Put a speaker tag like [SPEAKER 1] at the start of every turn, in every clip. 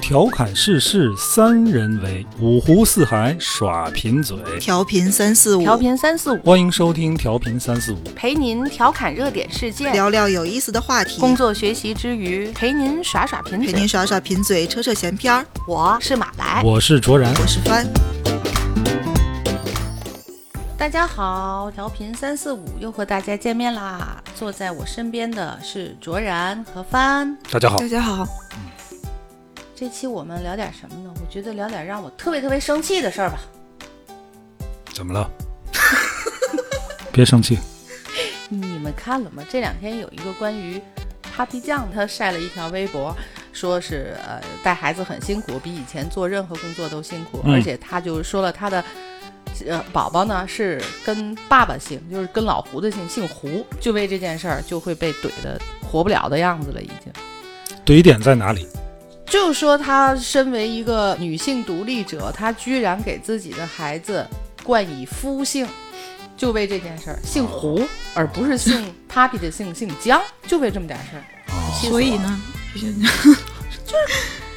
[SPEAKER 1] 调侃世事三人为，五湖四海耍贫嘴。
[SPEAKER 2] 调频三四五，
[SPEAKER 3] 调频三四五，
[SPEAKER 1] 欢迎收听调频三四五，
[SPEAKER 3] 陪您调侃热点事件，
[SPEAKER 2] 聊聊有意思的话题，
[SPEAKER 3] 工作学习之余陪您耍耍贫
[SPEAKER 2] 陪
[SPEAKER 3] 嘴
[SPEAKER 2] 您。耍耍贫嘴，扯扯闲篇儿。
[SPEAKER 3] 我是马来，
[SPEAKER 1] 我是卓然。
[SPEAKER 2] 我是帆，
[SPEAKER 3] 大家好，调频三四五又和大家见面啦。坐在我身边的是卓然和帆。
[SPEAKER 1] 大家好，
[SPEAKER 2] 家好。
[SPEAKER 3] 这期我们聊点什么呢？我觉得聊点让我特别特别生气的事儿吧。
[SPEAKER 1] 怎么了？ 别生气，
[SPEAKER 3] 你们看了吗？这两天有一个关于 Papi 酱，他晒了一条微博，说是呃带孩子很辛苦，比以前做任何工作都辛苦，
[SPEAKER 1] 嗯
[SPEAKER 3] 而且他就说了他的。呃，宝宝呢是跟爸爸姓，就是跟老胡的姓，姓胡，就为这件事儿就会被怼的活不了的样子了，已经。
[SPEAKER 1] 怼点在哪里？
[SPEAKER 3] 就说她身为一个女性独立者，她居然给自己的孩子冠以夫姓，就为这件事儿，姓胡，
[SPEAKER 1] 哦
[SPEAKER 3] 而不是姓 Papi 的姓，姓江，就为这么点事儿。气死我了，
[SPEAKER 2] 呢，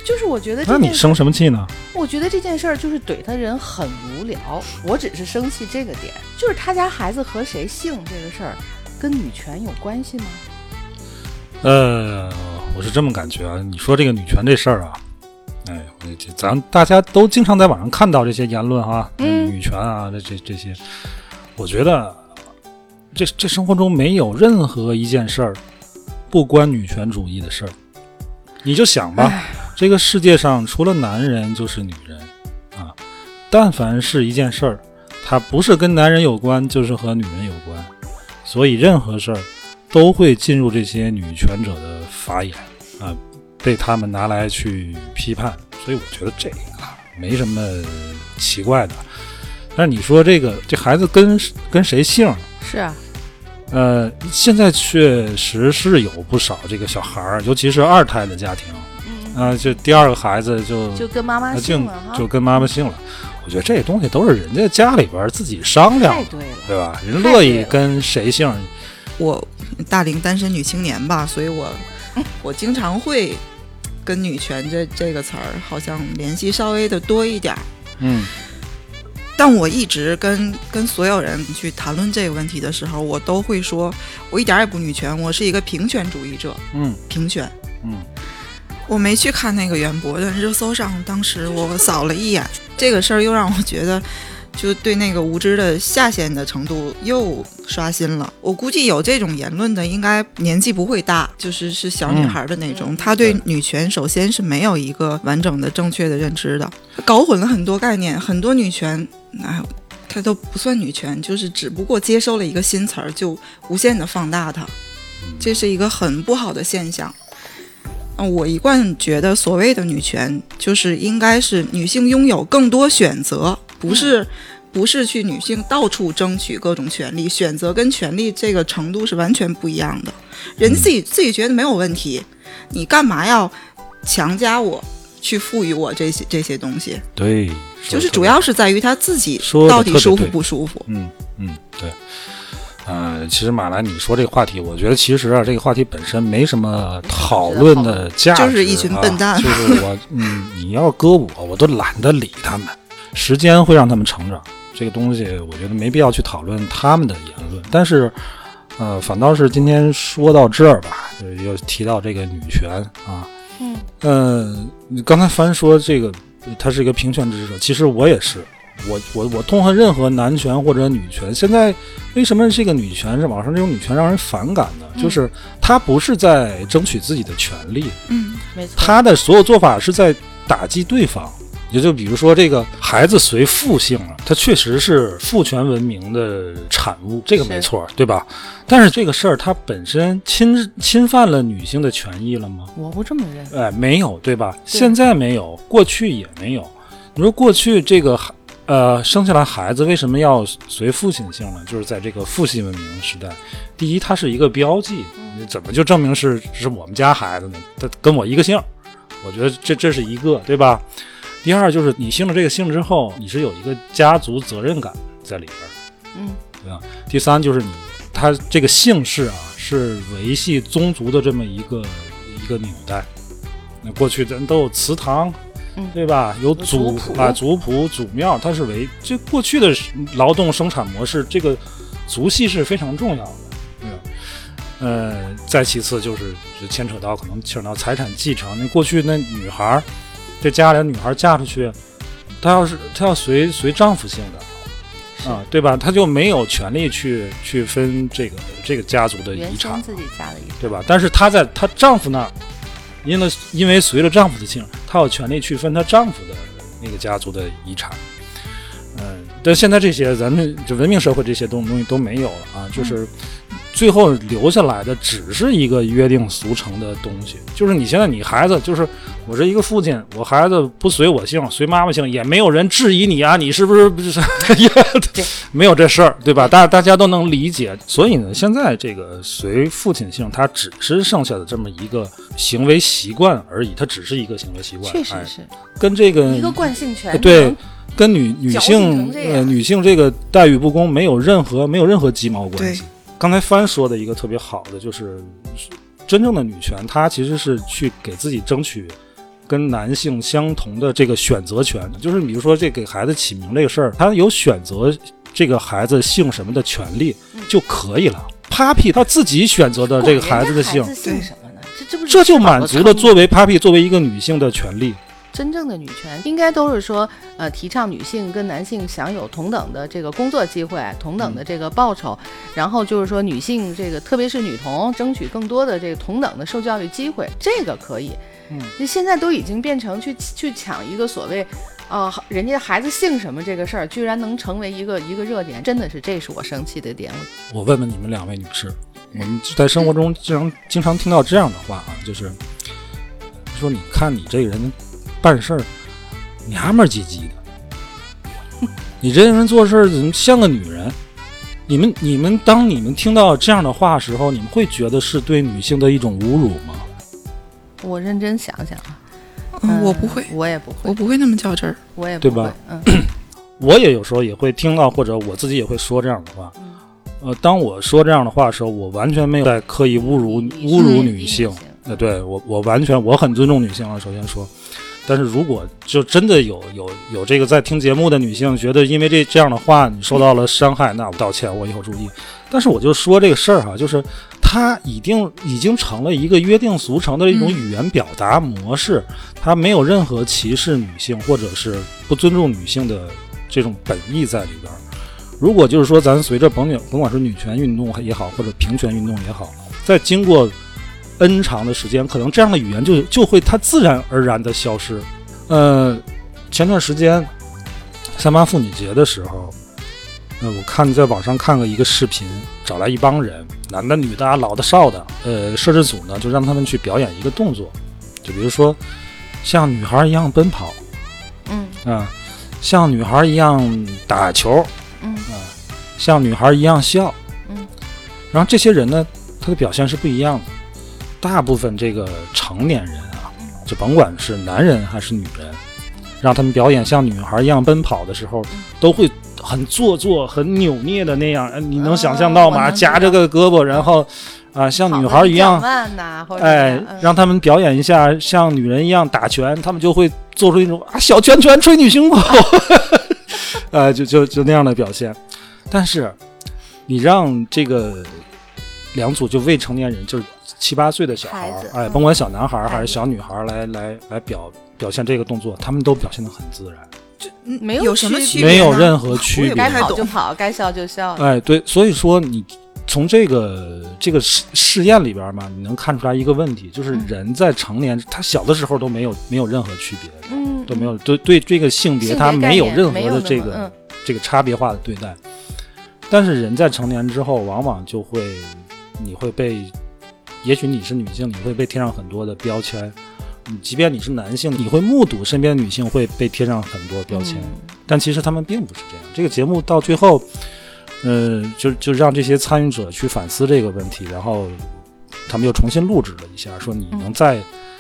[SPEAKER 3] 就是我觉得
[SPEAKER 1] 那
[SPEAKER 3] 这
[SPEAKER 1] 你
[SPEAKER 3] 件，
[SPEAKER 1] 生什么气呢？
[SPEAKER 3] 我觉得这件事儿就是怼他人很无聊。我只是生气这个点，就是他家孩子和谁姓这个事儿，跟女权有关系吗？
[SPEAKER 1] 呃，我是这么感觉啊，你说这个女权这事儿啊，哎，我这咱大家都经常在网上看到这些言论哈、
[SPEAKER 3] 嗯
[SPEAKER 1] 女权啊，这这这些，我觉得这这生活中没有任何一件事儿不关女权主义的事儿，你就想吧，这个世界上除了男人就是女人啊，但凡是一件事儿，它不是跟男人有关，就是和女人有关，所以任何事儿都会进入这些女权者的法眼啊、被他们拿来去批判，所以我觉得这个啊没什么奇怪的。但是你说这个这孩子跟跟谁姓？
[SPEAKER 3] 是啊，
[SPEAKER 1] 呃，现在确实是有不少这个小孩儿，尤其是二胎的家庭，
[SPEAKER 3] 嗯，
[SPEAKER 1] 啊、就第二个孩子就
[SPEAKER 3] 就跟妈妈
[SPEAKER 1] 啊
[SPEAKER 3] 姓
[SPEAKER 1] 姓
[SPEAKER 3] 了哈，
[SPEAKER 1] 就跟妈妈姓了。我觉得这东西都是人家家里边儿自己商量
[SPEAKER 3] 太
[SPEAKER 1] 的，
[SPEAKER 3] 对了。
[SPEAKER 1] 对吧？人
[SPEAKER 3] 太
[SPEAKER 1] 乐
[SPEAKER 3] 对
[SPEAKER 1] 意
[SPEAKER 3] 了
[SPEAKER 1] 跟谁姓，
[SPEAKER 2] 我大龄单身女青年吧，所以我我经常会跟女权这这个词儿好像联系稍微的多一点儿。
[SPEAKER 1] 嗯，
[SPEAKER 2] 但我一直跟跟所有人去谈论这个问题的时候，我都会说，我一点儿也不女权，我是一个平权主义者，
[SPEAKER 1] 嗯
[SPEAKER 2] 平权。
[SPEAKER 1] 嗯，
[SPEAKER 2] 我没去看那个袁博，但热搜上当时我扫了一眼，这个事儿又让我觉得，就对那个无知的下限的程度又刷新了。我估计有这种言论的，应该年纪不会大，就是是小女孩的那种。
[SPEAKER 3] 嗯
[SPEAKER 2] 她对
[SPEAKER 1] 对
[SPEAKER 2] 女权首先是没有一个完整的、正确的认知的，搞混了很多概念，很多女权，哎。它都不算女权，就是只不过接收了一个新词儿，就无限的放大它，这是一个很不好的现象。嗯，我一贯觉得所谓的女权，就是应该是女性拥有更多选择，不是、不是去女性到处争取各种权利，选择跟权利这个程度是完全不一样的。人自己自己觉得没有问题，你干嘛要强加我去赋予我这些这些东西？
[SPEAKER 1] 对，说
[SPEAKER 2] 就是
[SPEAKER 1] 得
[SPEAKER 2] 主
[SPEAKER 1] 特别
[SPEAKER 2] 要是在于他自己
[SPEAKER 1] 说得
[SPEAKER 2] 到底
[SPEAKER 1] 特别
[SPEAKER 2] 舒服
[SPEAKER 1] 对
[SPEAKER 2] 不舒服。
[SPEAKER 1] 嗯嗯，对。呃，其实马兰，你说这个话题，我觉得其实啊，这个话题本身没什么讨论的价值、啊，
[SPEAKER 2] 就是一群笨蛋
[SPEAKER 1] 就是我，嗯，你要搁我，我都懒得理他们。时间会让他们成长，这个东西我觉得没必要去讨论他们的言论。但是，呃，反倒是今天说到这儿吧，就是又提到这个女权啊，
[SPEAKER 3] 嗯，
[SPEAKER 1] 嗯，你刚才凡说这个，他是一个平权支持者，其实我也是，我我我痛恨任何男权或者女权。现在为什么这个女权是网上这种女权让人反感呢？就是她不是在争取自己的权利，
[SPEAKER 2] 嗯，
[SPEAKER 3] 没错。
[SPEAKER 1] 她的所有做法是在打击对方。也就比如说，这个孩子随父姓了，它确实是父权文明的产物，这个没
[SPEAKER 3] 是
[SPEAKER 1] 错，对吧？但是这个事儿它本身侵侵犯了女性的权益了吗？
[SPEAKER 3] 我不这么认，
[SPEAKER 1] 哎，没有，对吧？现在没有，过去也没有。你说过去这个孩，呃，生下来孩子为什么要随父亲姓呢？就是在这个父系文明时代，第一，它是一个标记，你怎么就证明是是我们家孩子呢？他跟我一个姓儿，我觉得这这是一个，对吧？第二就是你姓了这个姓之后，你是有一个家族责任感在里边儿。
[SPEAKER 3] 嗯，
[SPEAKER 1] 第三就是你，他这个姓氏啊，是维系宗族的这么一个一个纽带。那过去咱都有祠堂，
[SPEAKER 3] 嗯
[SPEAKER 1] 对吧？有祖
[SPEAKER 3] 族谱
[SPEAKER 1] 啊族谱、祖庙，它是为这过去的劳动生产模式，这个族系是非常重要的，对吧？呃，再其次就是就牵扯到可能牵扯到财产继承。那过去那女孩儿，这家里的女孩儿嫁出去，她要是她要随随丈夫姓的，啊，对吧？她就没有权利去去分这个这个家族的
[SPEAKER 3] 原
[SPEAKER 1] 遗产
[SPEAKER 3] 生，自己家的遗产，
[SPEAKER 1] 对吧？但是她在她丈夫那儿，因了因为随了丈夫的姓，她有权利去分她丈夫的那个家族的遗产。嗯，但现在这些咱们这文明社会这些东东西都没有了
[SPEAKER 3] 嗯
[SPEAKER 1] 啊，就是最后留下来的只是一个约定俗成的东西。就是你现在你孩子，就是我是一个父亲，我孩子不随我姓，随妈妈姓，也没有人质疑你啊，你是不是不是 没有这事儿，对吧？大大家都能理解。所以呢，现在这个随父亲姓，它只是剩下的这么一个行为习惯而已，它只是一个行为习惯，
[SPEAKER 3] 确实
[SPEAKER 1] 哎、
[SPEAKER 3] 是
[SPEAKER 1] 跟这个
[SPEAKER 3] 一个惯性权
[SPEAKER 1] 呃
[SPEAKER 3] 能。
[SPEAKER 1] 对跟女女
[SPEAKER 3] 矫情
[SPEAKER 1] 性
[SPEAKER 3] 成这
[SPEAKER 1] 呃
[SPEAKER 3] 样
[SPEAKER 1] 女性这个待遇不公没有任何没有任何鸡毛关系
[SPEAKER 2] 对。
[SPEAKER 1] 刚才帆说的一个特别好的就是，真正的女权，她其实是去给自己争取跟男性相同的这个选择权，就是比如说这给孩子起名这个事儿，她有选择这个孩子姓什么的权利就可以了。Papi 她自己选择呃的这个孩子的姓
[SPEAKER 3] 嗯管人家孩，子姓什么呢？这这不是
[SPEAKER 1] 这就满足了
[SPEAKER 3] 自
[SPEAKER 1] 作
[SPEAKER 3] 找的坑吗
[SPEAKER 1] 为 Papi 作为一个女性的权利。
[SPEAKER 3] 真正的女权应该都是说，呃，提倡女性跟男性享有同等的这个工作机会、同等的这个报酬，然后就是说女性这个，特别是女童，争取更多的这个同等的受教育机会，这个可以。
[SPEAKER 1] 嗯，
[SPEAKER 3] 那现在都已经变成去去抢一个所谓，啊、人家孩子姓什么这个事儿，居然能成为一个一个热点，真的是这是我生气的点。
[SPEAKER 1] 我问问你们两位女士，我们在生活中经常经常听到这样的话啊，就是说你看你这个人办事儿娘们儿唧唧的，你这人做事儿怎么像个女人？你们你们当你们听到这样的话的时候，你们会觉得是对女性的一种侮辱吗？
[SPEAKER 3] 我认真想想啊，
[SPEAKER 2] 嗯，
[SPEAKER 3] 嗯
[SPEAKER 2] 我不会，
[SPEAKER 3] 我也不
[SPEAKER 2] 我
[SPEAKER 3] 会，
[SPEAKER 2] 不会那么较真儿。
[SPEAKER 3] 我也不
[SPEAKER 1] 对
[SPEAKER 3] 会，
[SPEAKER 1] 吧
[SPEAKER 3] 嗯，
[SPEAKER 1] 我也有时候也会听到，或者我自己也会说这样的话。呃，当我说这样的话的时候，我完全没有在刻意侮辱 侮辱女性。呃，对我，我完全我很尊重女性啊。首先说，但是如果就真的有有有这个在听节目的女性，觉得因为这这样的话你受到了伤害，那我道歉，我以后注意。但是我就说这个事儿、哈，就是它已经已经成了一个约定俗成的一种
[SPEAKER 2] 嗯
[SPEAKER 1] 语言表达模式，它没有任何歧视女性或者是不尊重女性的这种本意在里边儿。如果就是说，咱随着甭管甭管是女权运动也好，或者平权运动也好，在经过 N 长的时间，可能这样的语言就就会它自然而然的消失。呃，前段时间三八妇女节的时候，呃，我看在网上看了一个视频，找来一帮人，男的、女的啊、老的、少的，呃，摄制组呢就让他们去表演一个动作，就比如说像女孩一样奔跑
[SPEAKER 3] 嗯
[SPEAKER 1] 啊、像女孩一样打球，
[SPEAKER 3] 嗯
[SPEAKER 1] 像女孩一样笑，
[SPEAKER 3] 嗯，
[SPEAKER 1] 然后这些人呢，他的表现是不一样的。大部分这个成年人啊，就甭管是男人还是女人，让他们表演像女孩一样奔跑的时候，都会很做作、很扭捏的那样。呃你能想象到
[SPEAKER 3] 啊我
[SPEAKER 1] 吗？
[SPEAKER 3] 能知
[SPEAKER 1] 夹着个胳膊，然后啊、像女孩一样，
[SPEAKER 3] 慢呐、或者
[SPEAKER 1] 哎，让他们表演一下像女人一样打拳，他们就会做出一种啊小拳拳捶你胸口， 呃，就就就那样的表现。但是你让这个两组就未成年人，就是七八岁的小孩
[SPEAKER 3] 孩
[SPEAKER 1] 儿
[SPEAKER 3] 子，
[SPEAKER 1] 哎，
[SPEAKER 3] 嗯
[SPEAKER 1] 甭管小男孩儿还
[SPEAKER 3] 孩
[SPEAKER 1] 是
[SPEAKER 3] 子
[SPEAKER 1] 小女孩儿来来来表表现这个动作，他们都表现得很自然，
[SPEAKER 2] 嗯
[SPEAKER 3] 没有
[SPEAKER 2] 有什么
[SPEAKER 3] 区
[SPEAKER 2] 区
[SPEAKER 3] 别
[SPEAKER 2] 别？
[SPEAKER 1] 没有任何区
[SPEAKER 2] 我也不
[SPEAKER 1] 别
[SPEAKER 3] 该
[SPEAKER 2] 太
[SPEAKER 3] 嗯跑就
[SPEAKER 2] 懂。
[SPEAKER 3] 跑，该笑就笑。
[SPEAKER 1] 哎，对，所以说你从这个这个试试验里边嘛，你能看出来一个问题，就是
[SPEAKER 3] 嗯
[SPEAKER 1] 人在成年，他小的时候都没有没有任何区别，
[SPEAKER 3] 嗯，
[SPEAKER 1] 都没有对对这个性别
[SPEAKER 3] 性
[SPEAKER 1] 他
[SPEAKER 3] 别概
[SPEAKER 1] 没有
[SPEAKER 3] 念
[SPEAKER 1] 任何
[SPEAKER 3] 没有
[SPEAKER 1] 的
[SPEAKER 3] 那
[SPEAKER 1] 这
[SPEAKER 3] 么
[SPEAKER 1] 个、
[SPEAKER 3] 嗯
[SPEAKER 1] 这个差别化的对待。但是人在成年之后，往往就会你会被，也许你是女性，你会被贴上很多的标签。你即便你是男性，你会目睹身边的女性会被贴上很多标签。
[SPEAKER 3] 嗯
[SPEAKER 1] 但其实他们并不是这样。这个节目到最后，呃，就就让这些参与者去反思这个问题，然后他们又重新录制了一下，说
[SPEAKER 3] 嗯
[SPEAKER 1] 你能再、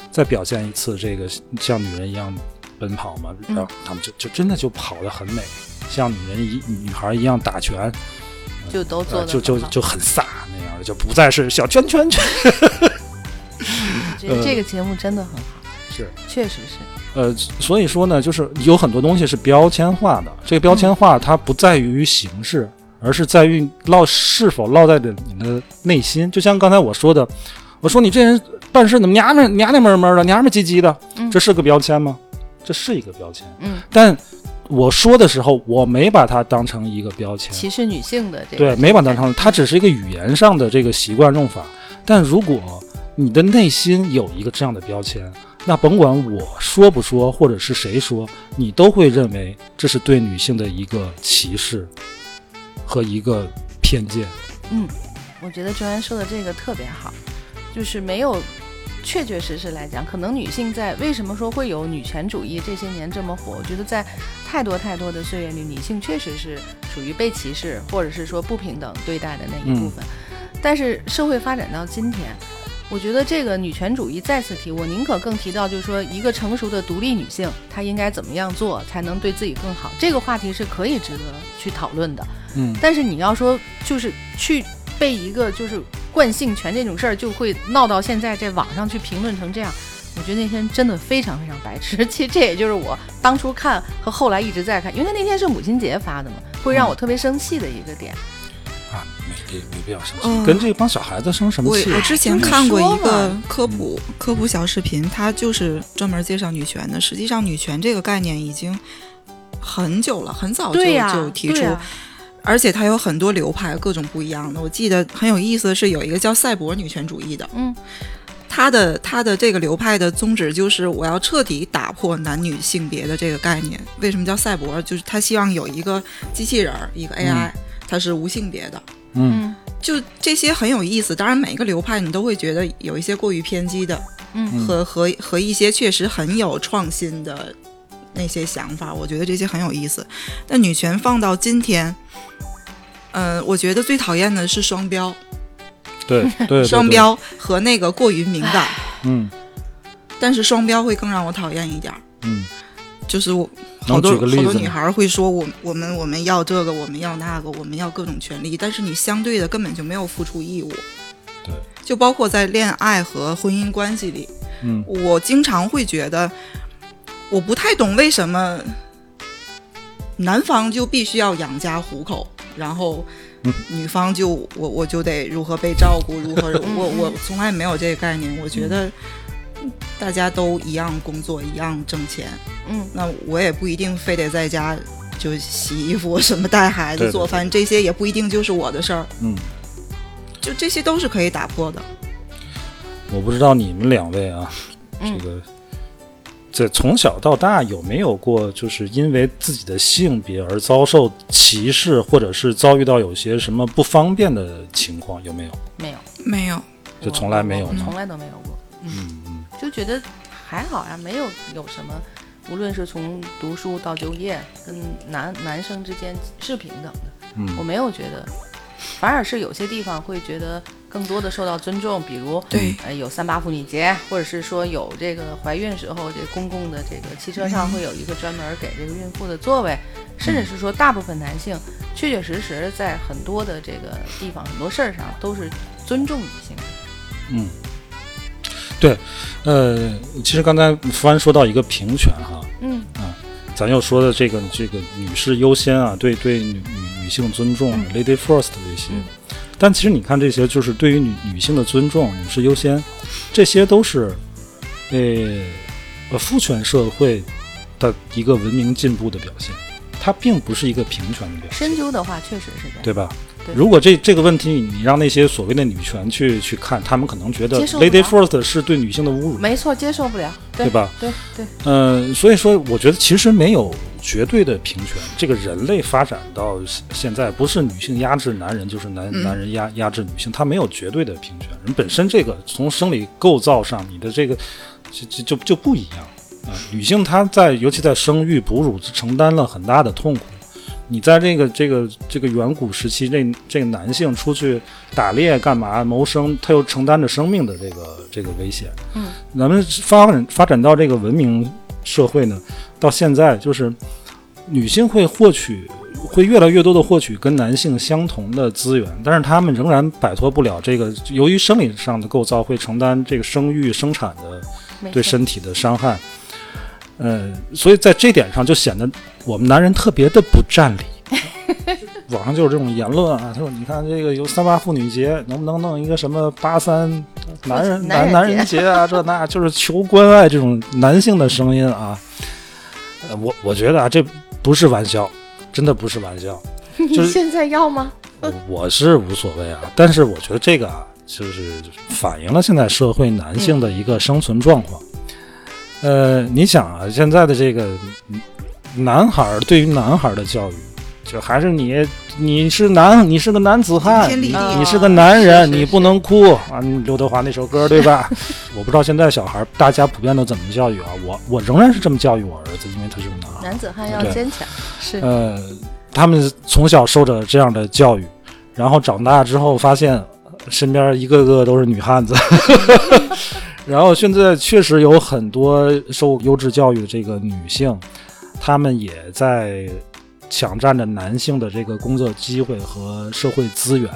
[SPEAKER 1] 再表现一次这个像女人一样奔跑吗？
[SPEAKER 3] 嗯
[SPEAKER 1] 然后他们就就真的就跑得很美，像女人一女孩一样打拳，
[SPEAKER 3] 嗯就都做
[SPEAKER 1] 呃、就
[SPEAKER 3] 得
[SPEAKER 1] 就
[SPEAKER 3] 很好
[SPEAKER 1] 就很飒那样的，就不再是小圈圈圈。呃
[SPEAKER 3] 我觉得这个节目真的很好。
[SPEAKER 1] 是，
[SPEAKER 3] 确实是，
[SPEAKER 1] 呃，所以说呢，就是有很多东西是标签化的。这个标签化它不在于形式，而是在于烙是否烙在的你的内心。就像刚才我说的，我说你这人办事怎么娘们儿娘娘们儿们儿的，娘们儿唧唧的，
[SPEAKER 3] 嗯
[SPEAKER 1] 这是个标签吗？这是一个标签。
[SPEAKER 3] 嗯，
[SPEAKER 1] 但我说的时候，我没把它当成一个标签。
[SPEAKER 3] 歧视女性的这
[SPEAKER 1] 对，
[SPEAKER 3] 个
[SPEAKER 1] 没啊把它当成，它只是一个语言上的这个习惯用法。但如果你的内心有一个这样的标签，那甭管我说不说，或者是谁说，你都会认为这是对女性的一个歧视和一个偏见。
[SPEAKER 3] 我觉得周安说的这个特别好，就是没有确确实实来讲，可能女性在为什么说会有女权主义这些年这么火？我觉得在太多太多的岁月里，女性确实是属于被歧视或者是说不平等对待的那一部分。但是社会发展到今天。我觉得这个女权主义再次提，我宁可更提到，就是说一个成熟的独立女性，她应该怎么样做才能对自己更好？这个话题是可以值得去讨论的。
[SPEAKER 1] 嗯，
[SPEAKER 3] 但是你要说就是去被一个就是惯性权这种事儿，就会闹到现在这网上去评论成这样。我觉得那天真的非常非常白痴，其实这也就是我当初看和后来一直在看，因为那天是母亲节发的嘛，会让我特别生气的一个点。
[SPEAKER 1] 啊，没没没必要生气，
[SPEAKER 2] 嗯
[SPEAKER 1] 跟这帮小孩子生什么
[SPEAKER 2] 我
[SPEAKER 1] 气？啊嗯
[SPEAKER 2] 我之前
[SPEAKER 3] 就是
[SPEAKER 2] 看过
[SPEAKER 3] 说
[SPEAKER 2] 一个
[SPEAKER 3] 嘛
[SPEAKER 2] 科普科普小视频，它就是专门介绍女权的。实际上，女权这个概念已经很久了，很早就
[SPEAKER 3] 对呀、
[SPEAKER 2] 就提
[SPEAKER 3] 对
[SPEAKER 2] 出，
[SPEAKER 3] 呀
[SPEAKER 2] 而且它有很多流派，各种不一样的。我记得很有意思的是，有一个叫赛博女权主义的，
[SPEAKER 3] 嗯，
[SPEAKER 2] 它的它的这个流派的宗旨就是我要彻底打破男女性别的这个概念。为什么叫赛博？就是他希望有一个机器人儿，一个 AI，、它是无性别的。
[SPEAKER 1] 嗯，
[SPEAKER 3] 嗯
[SPEAKER 2] 就这些很有意思，当然每一个流派你都会觉得有一些过于偏激的，
[SPEAKER 3] 嗯
[SPEAKER 2] 和和和一些确实很有创新的那些想法，我觉得这些很有意思。但女权放到今天，嗯、我觉得最讨厌的是双标，
[SPEAKER 1] 对对对，
[SPEAKER 2] 双，标和那个过于敏感，
[SPEAKER 1] 嗯
[SPEAKER 2] 但是双标会更让我讨厌一点儿。
[SPEAKER 1] 嗯，
[SPEAKER 2] 就是我
[SPEAKER 1] 能
[SPEAKER 2] 好多
[SPEAKER 1] 举个例
[SPEAKER 2] 好多
[SPEAKER 1] 子
[SPEAKER 2] 女
[SPEAKER 1] 吗
[SPEAKER 2] 孩儿会说我我们我们要这个，我们要那个，我们要各种权利，但是你相对的根本就没有付出义务。
[SPEAKER 1] 对，
[SPEAKER 2] 就包括在恋爱和婚姻关系里，
[SPEAKER 1] 嗯，
[SPEAKER 2] 我经常会觉得，我不太懂为什么男方就必须要养家糊口，然后
[SPEAKER 1] 嗯
[SPEAKER 2] 女方就我我就得如何被照顾，如 何我我从来没有这个概念，我
[SPEAKER 1] 嗯
[SPEAKER 2] 觉得大家都一样工作，一样挣钱，
[SPEAKER 3] 嗯
[SPEAKER 2] 那我也不一定非得在家就洗衣服、什么带孩
[SPEAKER 1] 对
[SPEAKER 2] 子、
[SPEAKER 1] 对
[SPEAKER 2] 做饭，这些也不一定就是我的事儿，
[SPEAKER 1] 嗯。
[SPEAKER 2] 就这些都是可以打破的。
[SPEAKER 1] 我不知道你们两位啊，
[SPEAKER 3] 嗯
[SPEAKER 1] 这个在从小到大有没有过，就是因为自己的性别而遭受歧视，或者是遭遇到有些什么不方便的情况，有没有？
[SPEAKER 3] 没有，
[SPEAKER 2] 没有，
[SPEAKER 1] 就
[SPEAKER 3] 我
[SPEAKER 1] 从来没有
[SPEAKER 3] 我
[SPEAKER 1] 吗
[SPEAKER 3] 从来都没有过。
[SPEAKER 1] 嗯嗯
[SPEAKER 3] 就觉得还好呀，没有有什么，无论是从读书到就业，跟男男生之间是平等的，我
[SPEAKER 1] 嗯，
[SPEAKER 3] 没有觉得，反而是有些地方会觉得更多的受到尊重，比如
[SPEAKER 1] 嗯
[SPEAKER 2] 对，
[SPEAKER 3] 呃有三八妇女节，或者是说有这个怀孕时候这公共的这个汽车上会有一个专门给这个孕妇的座位，甚至是说大部分男性确确实实在很多的这个地方很多事儿上都是尊重女性的，
[SPEAKER 1] 嗯呃，其实刚才福安说到一个平权哈、
[SPEAKER 3] 嗯
[SPEAKER 1] 咱又说的这个这个女士优先啊，对对女女女性尊重、
[SPEAKER 3] 嗯
[SPEAKER 1] l a d y first 这些
[SPEAKER 3] 嗯，
[SPEAKER 1] 但其实你看这些，就是对于女女性的尊重、女士优先，这些都是，呃，呃父权社会的一个文明进步的表现，它并不是一个平权的表现，
[SPEAKER 3] 深究的话确实是这样，
[SPEAKER 1] 对吧？
[SPEAKER 3] 对
[SPEAKER 1] 如果这这个问题你让那些所谓的女权去去看，他们可能觉得
[SPEAKER 3] 接受不
[SPEAKER 1] lady
[SPEAKER 3] 了
[SPEAKER 1] first 是对女性的侮辱，
[SPEAKER 3] 没错，接受不了，
[SPEAKER 1] 对吧？
[SPEAKER 3] 对对，
[SPEAKER 1] 嗯，所以说，我觉得其实没有绝对的平权。这个人类发展到现现在，不是女性压制男人，就是男、
[SPEAKER 2] 嗯
[SPEAKER 1] 男人压压制女性，它没有绝对的平权。人本身这个从生理构造上，你的这个就就就就不一样啊、女性她在尤其在生育、哺乳承担了很大的痛苦。你在这个这个这个远古时期，这这个男性出去打猎干嘛谋生，他又承担着生命的这个这个危险。
[SPEAKER 3] 嗯，
[SPEAKER 1] 咱们发展发展到这个文明社会呢，到现在就是女性会获取，会越来越多的获取跟男性相同的资源，但是她们仍然摆脱不了这个，由于生理上的构造会承担这个生育生产的
[SPEAKER 3] 没
[SPEAKER 1] 对
[SPEAKER 3] 错
[SPEAKER 1] 身体的伤害。呃，所以在这点上就显得我们男人特别的不占理。 网上就有这种言论啊，他说：“你看这个有三八妇女节，能不能弄一个什么八三男人
[SPEAKER 3] 男
[SPEAKER 1] 男
[SPEAKER 3] 人
[SPEAKER 1] 男人节啊？这那就是求关爱这种男性的声音啊。”呃，我我觉得啊，这不是玩笑，真的不是玩笑。就
[SPEAKER 3] 你
[SPEAKER 1] 是
[SPEAKER 3] 现在要吗？
[SPEAKER 1] 我我是无所谓啊，但是我觉得这个啊，就是反映了现在社会男性
[SPEAKER 3] 嗯
[SPEAKER 1] 的一个生存状况。呃，你想啊，现在的这个嗯男孩儿对于男孩儿的教育，就还是你你是男，你是个男子汉，
[SPEAKER 2] 天理
[SPEAKER 1] 你
[SPEAKER 2] 地
[SPEAKER 1] 你是个男
[SPEAKER 3] 啊
[SPEAKER 1] 人，
[SPEAKER 3] 是是
[SPEAKER 1] 你不能哭啊！刘德华那首歌对吧？ 我不知道现在小孩儿大家普遍都怎么教育啊，我我仍然是这么教育我儿子，因为他是个男孩儿。
[SPEAKER 3] 男子汉要
[SPEAKER 1] 对
[SPEAKER 3] 坚强，是
[SPEAKER 1] 呃，他们从小受着这样的教育，然后长大之后发现呃身边一个个都是女汉子， 然后现在确实有很多受优质教育的这个女性，她们也在抢占着男性的这个工作机会和社会资源，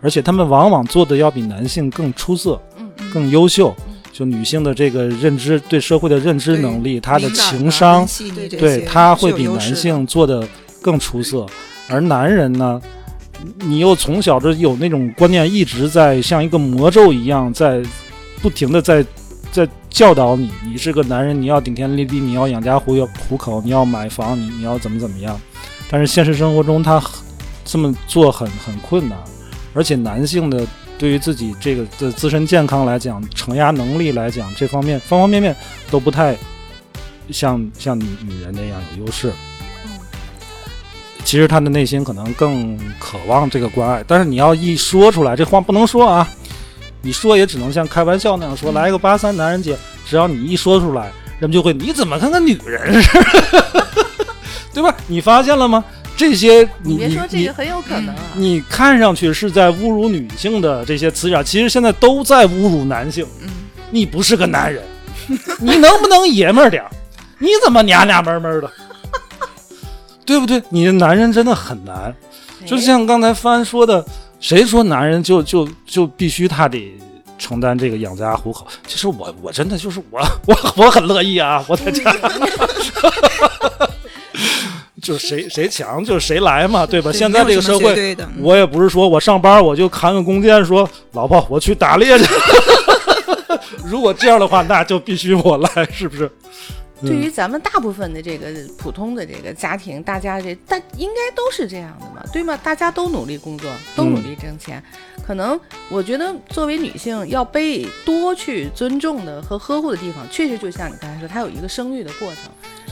[SPEAKER 1] 而且她们往往做的要比男性更出色，
[SPEAKER 3] 嗯
[SPEAKER 1] 更优秀。就女性的这个认知，对社会的认知
[SPEAKER 2] 对
[SPEAKER 1] 能力，她的
[SPEAKER 2] 敏感啊
[SPEAKER 1] 情商
[SPEAKER 2] 分，析力这
[SPEAKER 1] 对，
[SPEAKER 2] 些
[SPEAKER 1] 他
[SPEAKER 2] 是
[SPEAKER 1] 会
[SPEAKER 2] 有
[SPEAKER 1] 比
[SPEAKER 2] 优
[SPEAKER 1] 男
[SPEAKER 2] 势的
[SPEAKER 1] 性做的更出色。而男人呢，你又从小这有那种观念，一直在像一个魔咒一样，在不停的在在教导你，你是个男人，你要顶天立地，你要养家糊糊口，你要买房，你你要怎么怎么样。但是现实生活中，他很这么做很很困难，而且男性的对于自己这个的自身健康来讲，承压能力来讲，这方面方方面面都不太像像女女人那样有优势。其实他的内心可能更渴望这个关爱，但是你要一说出来，这话不能说啊，你说也只能像开玩笑那样说，来个八三男人节，只要你一说出来，人们就会你怎么跟个女人 似的，对吧？你发现了吗？这些你
[SPEAKER 3] 你别说
[SPEAKER 1] 你
[SPEAKER 3] 这个很有可能啊，
[SPEAKER 1] 你看上去是在侮辱女性的这些词眼，其实现在都在侮辱男性。
[SPEAKER 2] 嗯，
[SPEAKER 1] 你不是个男人， 你能不能爷们儿点儿？你怎么娘娘们 闷的？对不对？你的男人真的很难，就
[SPEAKER 3] 哎
[SPEAKER 1] 像刚才帆说的，谁说男人就就就必须他得承担这个养家糊口？其实我我真的就是我我我很乐意啊，我在 家， 就是谁谁强就谁来嘛，对吧？
[SPEAKER 2] 对
[SPEAKER 1] 现
[SPEAKER 2] 没
[SPEAKER 1] 在
[SPEAKER 2] 有
[SPEAKER 1] 这个
[SPEAKER 2] 什么
[SPEAKER 1] 社
[SPEAKER 2] 绝
[SPEAKER 1] 会，
[SPEAKER 2] 对的嗯
[SPEAKER 1] 我也不是说我上班我就扛个弓箭说老婆我去打猎去。 如果这样的话，那就必须我来，是不是？
[SPEAKER 3] 对于咱们大部分的这个普通的这个家庭，大家这大应该都是这样的嘛，对吗？大家都努力工作，都努力挣钱。可能我觉得作为女性，要被多去尊重的和呵护的地方，确实就像你刚才说，它有一个生育的过程。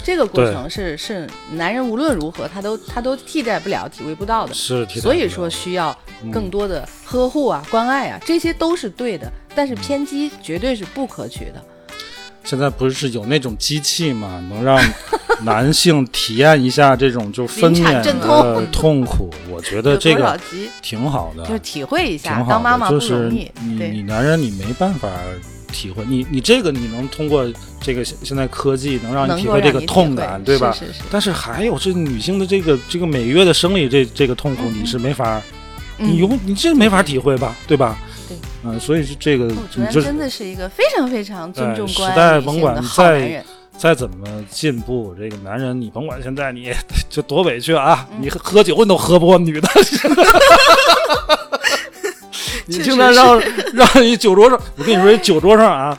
[SPEAKER 3] 这个过
[SPEAKER 1] 对
[SPEAKER 3] 程是是男人无论如何他都他都替代不了、体会不到的，
[SPEAKER 1] 嗯是，
[SPEAKER 3] 所以说需要
[SPEAKER 1] 嗯
[SPEAKER 3] 更多的呵护啊、关爱啊，这些都是对的，但是偏激绝对是不可取的。
[SPEAKER 1] 现在不是有那种机器嘛，能让男性体验一下这种就分
[SPEAKER 3] 临产
[SPEAKER 1] 娩
[SPEAKER 3] 阵
[SPEAKER 1] 的痛苦？我觉得
[SPEAKER 3] 有
[SPEAKER 1] 这
[SPEAKER 3] 多少
[SPEAKER 1] 个
[SPEAKER 3] 集？
[SPEAKER 1] 挺好的，
[SPEAKER 3] 就是体会一
[SPEAKER 1] 挺
[SPEAKER 3] 下，
[SPEAKER 1] 好的。
[SPEAKER 3] 当妈妈不
[SPEAKER 1] 就是
[SPEAKER 3] 容
[SPEAKER 1] 你
[SPEAKER 3] 易，
[SPEAKER 1] 你
[SPEAKER 3] 对，
[SPEAKER 1] 男人你没办法体会，你你这个你能通过这个现现在科技能让你
[SPEAKER 3] 能
[SPEAKER 1] 体
[SPEAKER 3] 够
[SPEAKER 1] 会
[SPEAKER 3] 让
[SPEAKER 1] 这个
[SPEAKER 3] 你体
[SPEAKER 1] 痛
[SPEAKER 3] 会
[SPEAKER 1] 感，对吧？
[SPEAKER 3] 是是是，
[SPEAKER 1] 但是还有这女性的这个这个每月的生理这这个痛苦，你是没法，你
[SPEAKER 3] 嗯，
[SPEAKER 1] 永你这没法体会吧，对吧？
[SPEAKER 3] 对，哦
[SPEAKER 1] 嗯，所以是这个
[SPEAKER 3] 我主
[SPEAKER 1] 你
[SPEAKER 3] 任
[SPEAKER 1] 就
[SPEAKER 3] 真的是一个非常非常尊
[SPEAKER 1] 哎
[SPEAKER 3] 重
[SPEAKER 1] 时
[SPEAKER 3] 关
[SPEAKER 1] 代
[SPEAKER 3] 爱女
[SPEAKER 1] 甭
[SPEAKER 3] 性
[SPEAKER 1] 管
[SPEAKER 3] 的好
[SPEAKER 1] 再
[SPEAKER 3] 男人，
[SPEAKER 1] 再怎么进步，这个男人你甭管现在你 就多委屈啊，
[SPEAKER 3] 嗯
[SPEAKER 1] 你喝喝酒你都喝不过女的。 你经常让 让一酒桌上，我跟你说，这酒桌上啊，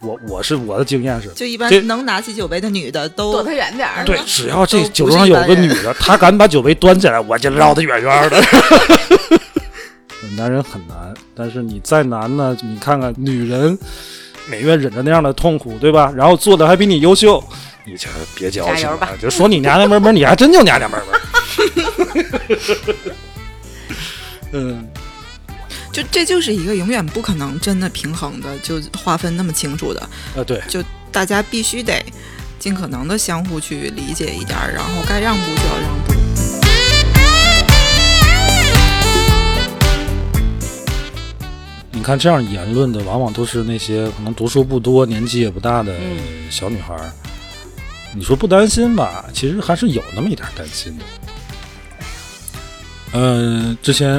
[SPEAKER 1] 我我是我的经验是，
[SPEAKER 2] 就一般
[SPEAKER 1] 这
[SPEAKER 2] 能拿起酒杯的女的
[SPEAKER 3] 躲
[SPEAKER 2] 都
[SPEAKER 3] 他远点儿。
[SPEAKER 1] 对，只要这
[SPEAKER 2] 都不
[SPEAKER 1] 酒桌上
[SPEAKER 2] 是一
[SPEAKER 1] 有
[SPEAKER 2] 般
[SPEAKER 1] 个
[SPEAKER 2] 人
[SPEAKER 1] 女的，她敢把酒杯端起来，我就绕得远远的。 男人很难，但是你再难呢，你看看女人每月忍着那样的痛苦，对吧？然后做的还比你优秀，你就别矫
[SPEAKER 3] 加
[SPEAKER 1] 情
[SPEAKER 3] 油吧
[SPEAKER 1] 了，就说你娘娘们儿，你还真就娘娘们儿。 嗯，
[SPEAKER 2] 就这就是一个永远不可能真的平衡的，就划分那么清楚的，
[SPEAKER 1] 啊，对，
[SPEAKER 2] 大家必须得尽可能的相互去理解一点儿，然后该让步就要让步。
[SPEAKER 1] 你看这样言论的，往往都是那些可能读书不多、年纪也不大的
[SPEAKER 3] 嗯
[SPEAKER 1] 小女孩儿。你说不担心吧？其实还是有那么一点担心的。嗯，之前